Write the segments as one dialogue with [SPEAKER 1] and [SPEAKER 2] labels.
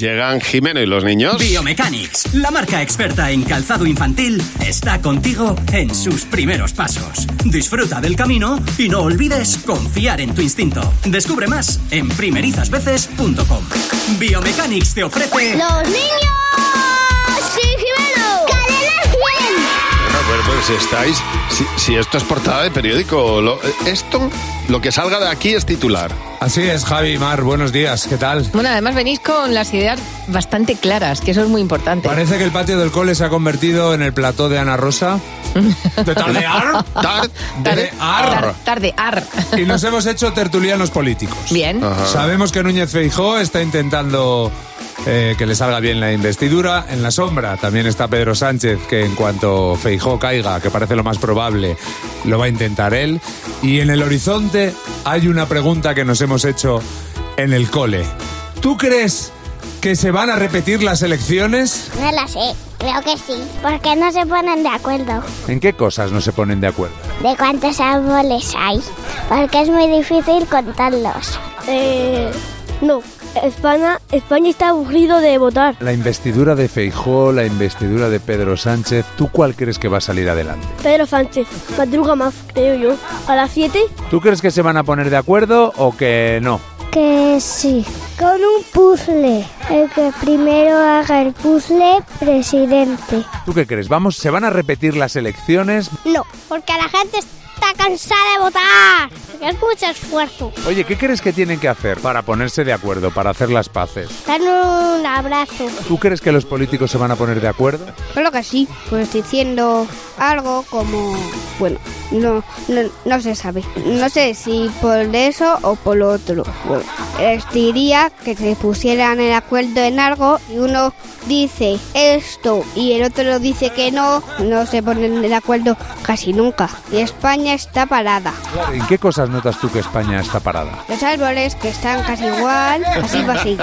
[SPEAKER 1] Llegan Jimeno y los niños.
[SPEAKER 2] Biomechanics, la marca experta en calzado infantil, está contigo en sus primeros pasos. Disfruta del camino y no olvides confiar en tu instinto. Descubre más en primerizasveces.com. Biomechanics te ofrece
[SPEAKER 3] ¡Los niños! ¡Sí, Jimeno! ¡Cadena
[SPEAKER 1] Bueno, pues, pues, si estáis. Si, si esto es portada de periódico, lo- esto, lo que salga de aquí es titular.
[SPEAKER 4] Así es, Javi Mar, buenos días, ¿qué tal?
[SPEAKER 5] Bueno, además venís con las ideas bastante claras, que eso es muy importante.
[SPEAKER 4] Parece que el patio del cole se ha convertido en el plató de Ana Rosa. ¿De tardear?
[SPEAKER 1] Tar-
[SPEAKER 4] de ar.
[SPEAKER 5] Tar- tarde, ar.
[SPEAKER 4] Y nos hemos hecho tertulianos políticos.
[SPEAKER 5] Bien.
[SPEAKER 4] Sabemos que Núñez Feijó está intentando eh, que le salga bien la investidura. En la sombra también está Pedro Sánchez, que en cuanto Feijó caiga, que parece lo más probable, lo va a intentar él. Y en el horizonte hay una pregunta que nos hemos hecho en el cole. ¿Tú crees que se van a repetir las elecciones?
[SPEAKER 3] No la sé, creo que sí. Porque no se ponen de acuerdo
[SPEAKER 4] ¿En qué cosas no se ponen de acuerdo?
[SPEAKER 3] de cuántos árboles hay. Porque es muy difícil contarlos.
[SPEAKER 6] Eh, no, España, España está aburrido de votar.
[SPEAKER 4] La investidura de Feijó, la investidura de Pedro Sánchez, ¿tú cuál crees que va a salir adelante?
[SPEAKER 6] Pedro Sánchez, madruga más, creo yo. A las 7,
[SPEAKER 4] ¿Tú crees que se van a poner de acuerdo o que no?
[SPEAKER 3] Que sí. Con un puzzle. El que primero haga el puzzle, presidente.
[SPEAKER 4] ¿Tú qué crees? Vamos, ¿se van a repetir las elecciones?
[SPEAKER 3] No, porque la gente está cansada de votar. Porque es mucho esfuerzo.
[SPEAKER 4] Oye, ¿qué crees que tienen que hacer para ponerse de acuerdo, para hacer las paces?
[SPEAKER 3] Dan un abrazo.
[SPEAKER 4] ¿Tú crees que los políticos se van a poner de acuerdo?
[SPEAKER 7] Creo que sí, pues diciendo algo como, bueno, no, no, no se sabe. No sé si por eso o por lo otro. Bueno, les diría que se pusieran el acuerdo en algo y uno dice esto y el otro dice que no, no se ponen de acuerdo casi nunca. Y España está parada.
[SPEAKER 4] ¿En qué cosas notas tú que España está parada?
[SPEAKER 7] Los árboles que están casi igual, así va a seguir.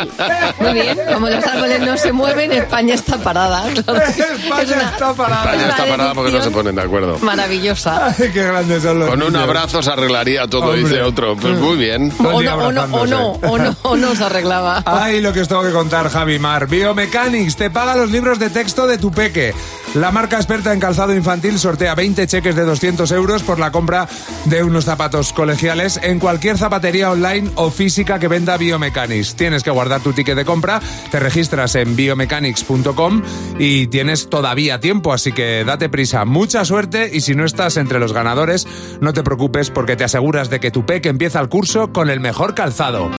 [SPEAKER 5] Muy bien, como los árboles no se mueven, España está parada. Es una-
[SPEAKER 1] España está
[SPEAKER 5] Una
[SPEAKER 1] parada porque no se
[SPEAKER 5] decisión
[SPEAKER 1] ponen de acuerdo.
[SPEAKER 5] Maravillosa.
[SPEAKER 4] ¡Qué grandes son los
[SPEAKER 1] Con un
[SPEAKER 4] niños.
[SPEAKER 1] abrazo se arreglaría todo,
[SPEAKER 4] Hombre. Mm.
[SPEAKER 1] dice otro. Pues muy bien.
[SPEAKER 5] O
[SPEAKER 4] Todo
[SPEAKER 5] no,
[SPEAKER 4] el día
[SPEAKER 5] o no, o no,
[SPEAKER 4] abrazándose.
[SPEAKER 5] o no, o no se arreglaba.
[SPEAKER 4] Ay, lo que os tengo que contar, Javi Mar. Biomechanics te paga los libros de texto de tu peque. La marca experta en calzado infantil sortea 20 cheques de 200 euros por la compra de unos zapatos colegiales en cualquier zapatería online o física que venda Biomechanics. Tienes que guardar tu ticket de compra, te registras en biomechanics.com y tienes todavía tiempo, así que date prisa. Mucha suerte y si no estás entre los ganadores, no te preocupes porque te aseguras de que tu peque empieza el curso con el mejor calzado.